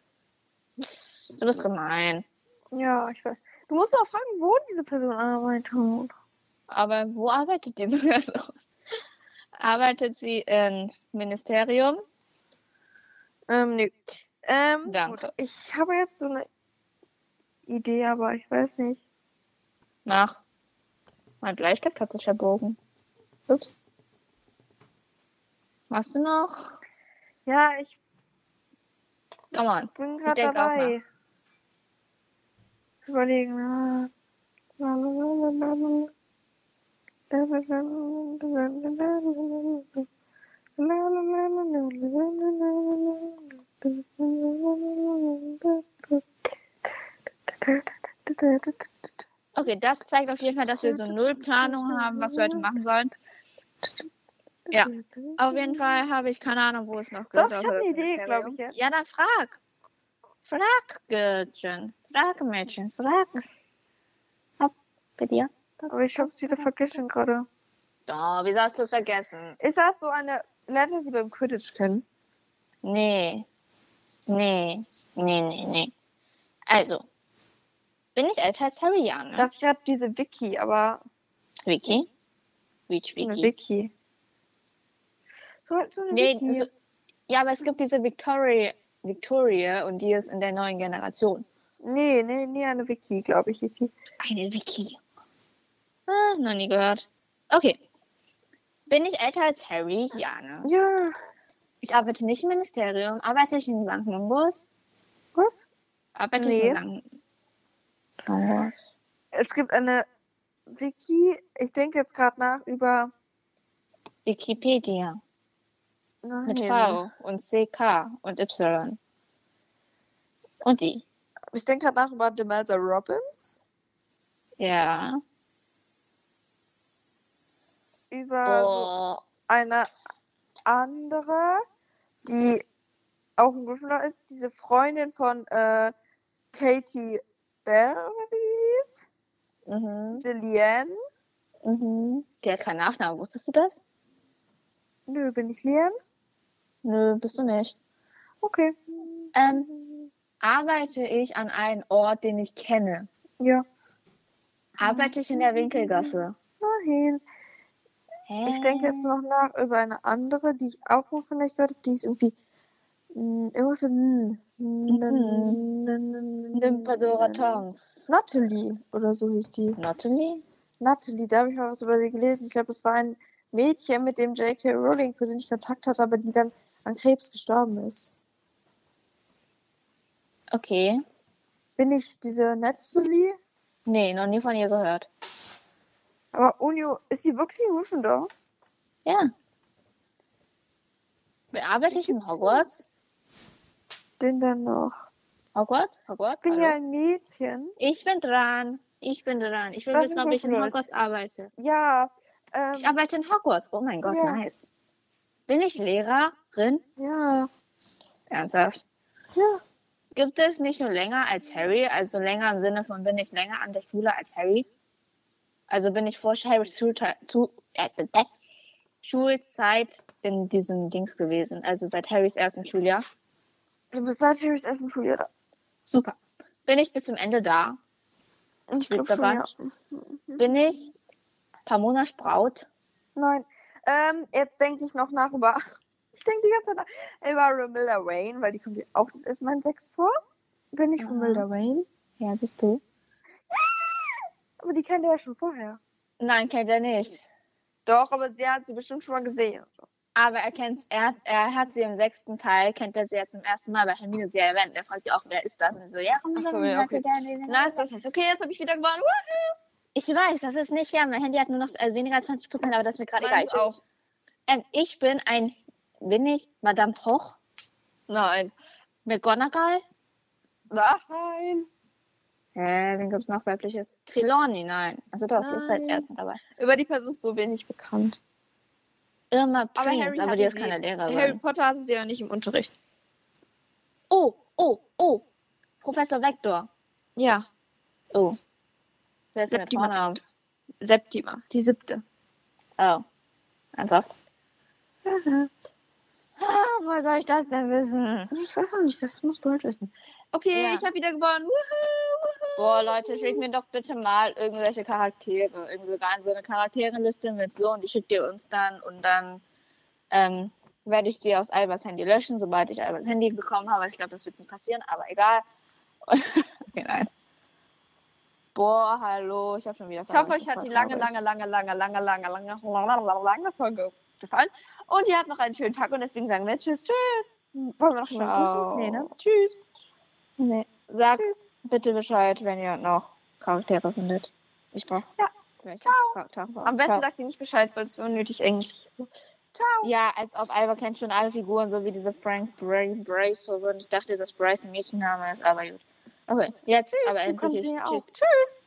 Speaker 3: Du bist gemein.
Speaker 4: Ja, ich weiß. Du musst mal fragen, wo diese Person arbeitet.
Speaker 3: Aber wo arbeitet diese Person? arbeitet sie im Ministerium?
Speaker 4: Ähm, nö. Ähm,
Speaker 3: Danke.
Speaker 4: Gut. Ich habe jetzt so eine Idee, aber ich weiß nicht.
Speaker 3: Mach. Mein Bleistift hat sich verbogen. Ups. Machst du noch?
Speaker 4: Ja, ich
Speaker 3: Come on.
Speaker 4: bin
Speaker 3: Ich
Speaker 4: gerade
Speaker 3: denk auch
Speaker 4: dabei. Überlegen.
Speaker 3: Okay, das zeigt auf jeden Fall, dass wir so null Planung haben,
Speaker 4: ne?
Speaker 3: was wir heute machen sollen. Ja. Auf jeden Fall habe ich keine Ahnung, wo es noch gibt.
Speaker 4: Doch, ich
Speaker 3: außer
Speaker 4: habe
Speaker 3: das
Speaker 4: eine Idee,
Speaker 3: Ministerium.
Speaker 4: glaube ich, jetzt.
Speaker 3: Ja, dann frag. Frag, Gürtchen. Frag, Mädchen. Frag. Ab, bei dir.
Speaker 4: Aber ich hab's wieder vergessen gerade.
Speaker 3: Doch, Oh, wieso hast du es vergessen?
Speaker 4: Ist das so eine Lernte sie beim Quidditch kennen?
Speaker 3: Nee. Nee. Nee, nee, nee. Also. Bin ich älter als Harry, ja,
Speaker 4: Ich
Speaker 3: ne?
Speaker 4: dachte gerade diese Wiki, aber
Speaker 3: Vicky? Witch,
Speaker 4: Wiki. eine
Speaker 3: Vicky.
Speaker 4: Wiki. So halt so eine
Speaker 3: Nee,
Speaker 4: Wiki.
Speaker 3: so, ja, aber es gibt diese Victoria, Victoria und die ist in der neuen Generation.
Speaker 4: nee, nee, nee, eine Wiki, glaube ich, hieß sie.
Speaker 3: Eine Wiki. Ah, noch nie gehört. Okay. Bin ich älter als Harry? Ja, ne?
Speaker 4: Ja.
Speaker 3: Ich arbeite nicht im Ministerium. Arbeite ich in St. Mungos?
Speaker 4: Was?
Speaker 3: Arbeite ich in St. Mungos?
Speaker 4: Es gibt eine Wiki, ich denke jetzt gerade nach über.
Speaker 3: Wikipedia.
Speaker 4: Nein.
Speaker 3: Mit V und CK und Y. Und die.
Speaker 4: Ich denke gerade nach über Demelza Robbins.
Speaker 3: Ja.
Speaker 4: Über so
Speaker 3: Boah.
Speaker 4: eine andere, die auch ein Gryffindor ist, diese Freundin von äh, Katie Bell, oder wie die hieß?
Speaker 3: Mhm.
Speaker 4: Diese Lien.
Speaker 3: Mhm. Die hat keinen Nachnamen. Wusstest du das?
Speaker 4: Nö, bin ich Lien?
Speaker 3: Nö, bist du nicht.
Speaker 4: Okay.
Speaker 3: Ähm, arbeite ich an einem Ort, den ich kenne?
Speaker 4: Ja.
Speaker 3: Arbeite ich in der Winkelgasse?
Speaker 4: Nein. Ich denke jetzt noch nach über eine andere, die ich auch noch vielleicht gehört habe, die ist irgendwie mm, irgendwas mit N.
Speaker 3: Nymphadora Tongs.
Speaker 4: Natalie oder so hieß die.
Speaker 3: Natalie?
Speaker 4: Natalie, da habe ich mal was über sie gelesen. Ich glaube, das war ein Mädchen, mit dem J.K. Rowling persönlich Kontakt hatte, aber die dann an Krebs gestorben ist.
Speaker 3: Okay.
Speaker 4: Bin ich diese Natalie?
Speaker 3: Nee, noch nie von ihr gehört.
Speaker 4: Aber Unio, ist sie wirklich ein Gryffindor?
Speaker 3: Ja. Arbeite ich in
Speaker 4: Gibt's
Speaker 3: Hogwarts?
Speaker 4: Den dann noch.
Speaker 3: Hogwarts? Hogwarts?
Speaker 4: Ich bin
Speaker 3: Hallo?
Speaker 4: ja ein Mädchen.
Speaker 3: ich bin dran. Ich bin dran. Ich will
Speaker 4: Was
Speaker 3: wissen,
Speaker 4: ist
Speaker 3: ob ich in
Speaker 4: Hogwarts?
Speaker 3: Hogwarts arbeite.
Speaker 4: Ja. Ähm,
Speaker 3: Ich arbeite in Hogwarts. Oh mein Gott,
Speaker 4: Ja.
Speaker 3: nice. Bin ich Lehrerin?
Speaker 4: ja.
Speaker 3: Ernsthaft?
Speaker 4: Ja.
Speaker 3: Gibt es mich nur länger als Harry? Also länger im Sinne von, bin ich länger an der Schule als Harry? Also bin ich vor Harrys Schulzei- zu, äh, äh, äh, Schulzeit in diesem Dings gewesen. Also seit Harrys ersten Schuljahr.
Speaker 4: Du bist seit Harrys ersten Schuljahr da.
Speaker 3: Super. Bin ich bis zum Ende da?
Speaker 4: Ich glaub
Speaker 3: Siebter
Speaker 4: schon, ja.
Speaker 3: Band.
Speaker 4: Mhm.
Speaker 3: Bin ich Pamona Sprout?
Speaker 4: Nein. Ähm, jetzt denke ich noch nach über. Ich denke die ganze Zeit nach, über Romilda Rain, weil die kommt ja auch das erste Mal in 6 vor. Bin ich
Speaker 3: Aha.
Speaker 4: Romilda Rain?
Speaker 3: Ja, bist du?
Speaker 4: Aber die kennt ihr ja schon vorher.
Speaker 3: Nein, kennt er nicht.
Speaker 4: Doch, aber sie hat sie bestimmt schon mal gesehen. und so.
Speaker 3: Aber er kennt, er hat, er hat sie im sechsten Teil, kennt er sie ja zum ersten Mal bei Hermine sie erwähnt. Er fragt ja auch, wer ist das? Und er so, ja,
Speaker 2: Ach so,
Speaker 3: Hermine,
Speaker 2: ja,
Speaker 3: sag mir
Speaker 2: okay.
Speaker 3: gerne, wer-
Speaker 2: Na, ist das heißt, okay, jetzt habe ich wieder gewonnen. Woo!
Speaker 3: Ich weiß, das ist nicht fair. Mein Handy hat nur noch äh, weniger als 20 Prozent, aber das ist mir gerade egal.
Speaker 2: Meins
Speaker 3: Ich, will-
Speaker 2: auch.
Speaker 3: Ähm, ich bin ein, bin ich Madame Hoch?
Speaker 2: Nein.
Speaker 3: McGonagall?
Speaker 2: Nein.
Speaker 3: Hä, wen gibt's noch weibliches? Trelawney, nein. Also doch, die ist seit
Speaker 2: Nein.
Speaker 3: ersten dabei.
Speaker 2: Über die Person ist so wenig bekannt.
Speaker 3: Irma Prince, aber,
Speaker 2: hatte
Speaker 3: die ist
Speaker 2: sie-
Speaker 3: keine Lehrerin.
Speaker 2: Harry Potter hatte sie ja nicht im Unterricht.
Speaker 3: Oh, oh, oh. Professor Vector.
Speaker 2: Ja,
Speaker 3: Oh. Wer ist denn mit
Speaker 2: Septima
Speaker 3: Vornamen?
Speaker 2: Septima, die siebte.
Speaker 3: Oh. Ernsthaft? Ah, wo soll ich das denn wissen?
Speaker 2: Ich weiß auch nicht, das musst du halt wissen. Okay,
Speaker 3: Ja.
Speaker 2: ich habe wieder gewonnen. Woohoo,
Speaker 3: Boah, Leute, schickt mir doch bitte mal irgendwelche Charaktere. Irgendwie gar so eine Charakterenliste mit so und die schickt ihr uns dann und dann ähm, werde ich die aus Albers Handy löschen, sobald ich Albers Handy bekommen habe. Ich glaube, das wird nicht passieren, aber egal. okay, nein. Boah, hallo, ich habe schon wieder
Speaker 2: Ich hoffe, euch hat die lange, lange,
Speaker 3: lange.
Speaker 2: lange, lange, lange, lange, lange, lange, lange Folge gefallen. Und ihr habt noch einen schönen Tag und deswegen sagen wir Tschüss, tschüss. Wollen wir noch schon mal
Speaker 3: Ciao.
Speaker 2: grüßen? Nee, ne? Tschüss.
Speaker 3: Nee. Sagt bitte Bescheid, wenn ihr noch Charaktere findet. Ich brauche
Speaker 2: Ja.
Speaker 3: welche
Speaker 2: Ciao.
Speaker 3: Charaktere.
Speaker 2: Am besten
Speaker 3: Ciao.
Speaker 2: sagt ihr nicht Bescheid, weil es wäre unnötig eigentlich. So. Ciao.
Speaker 3: Ja, als ob Alba kennt schon alle Figuren, so wie diese Frank Bra Bracewood. Ich dachte, dass Bryce ein Mädchenname ist, aber gut. Okay, jetzt aber
Speaker 2: Du
Speaker 3: endlich.
Speaker 2: kommst hier auch.
Speaker 3: Tschüss.
Speaker 2: Tschüss.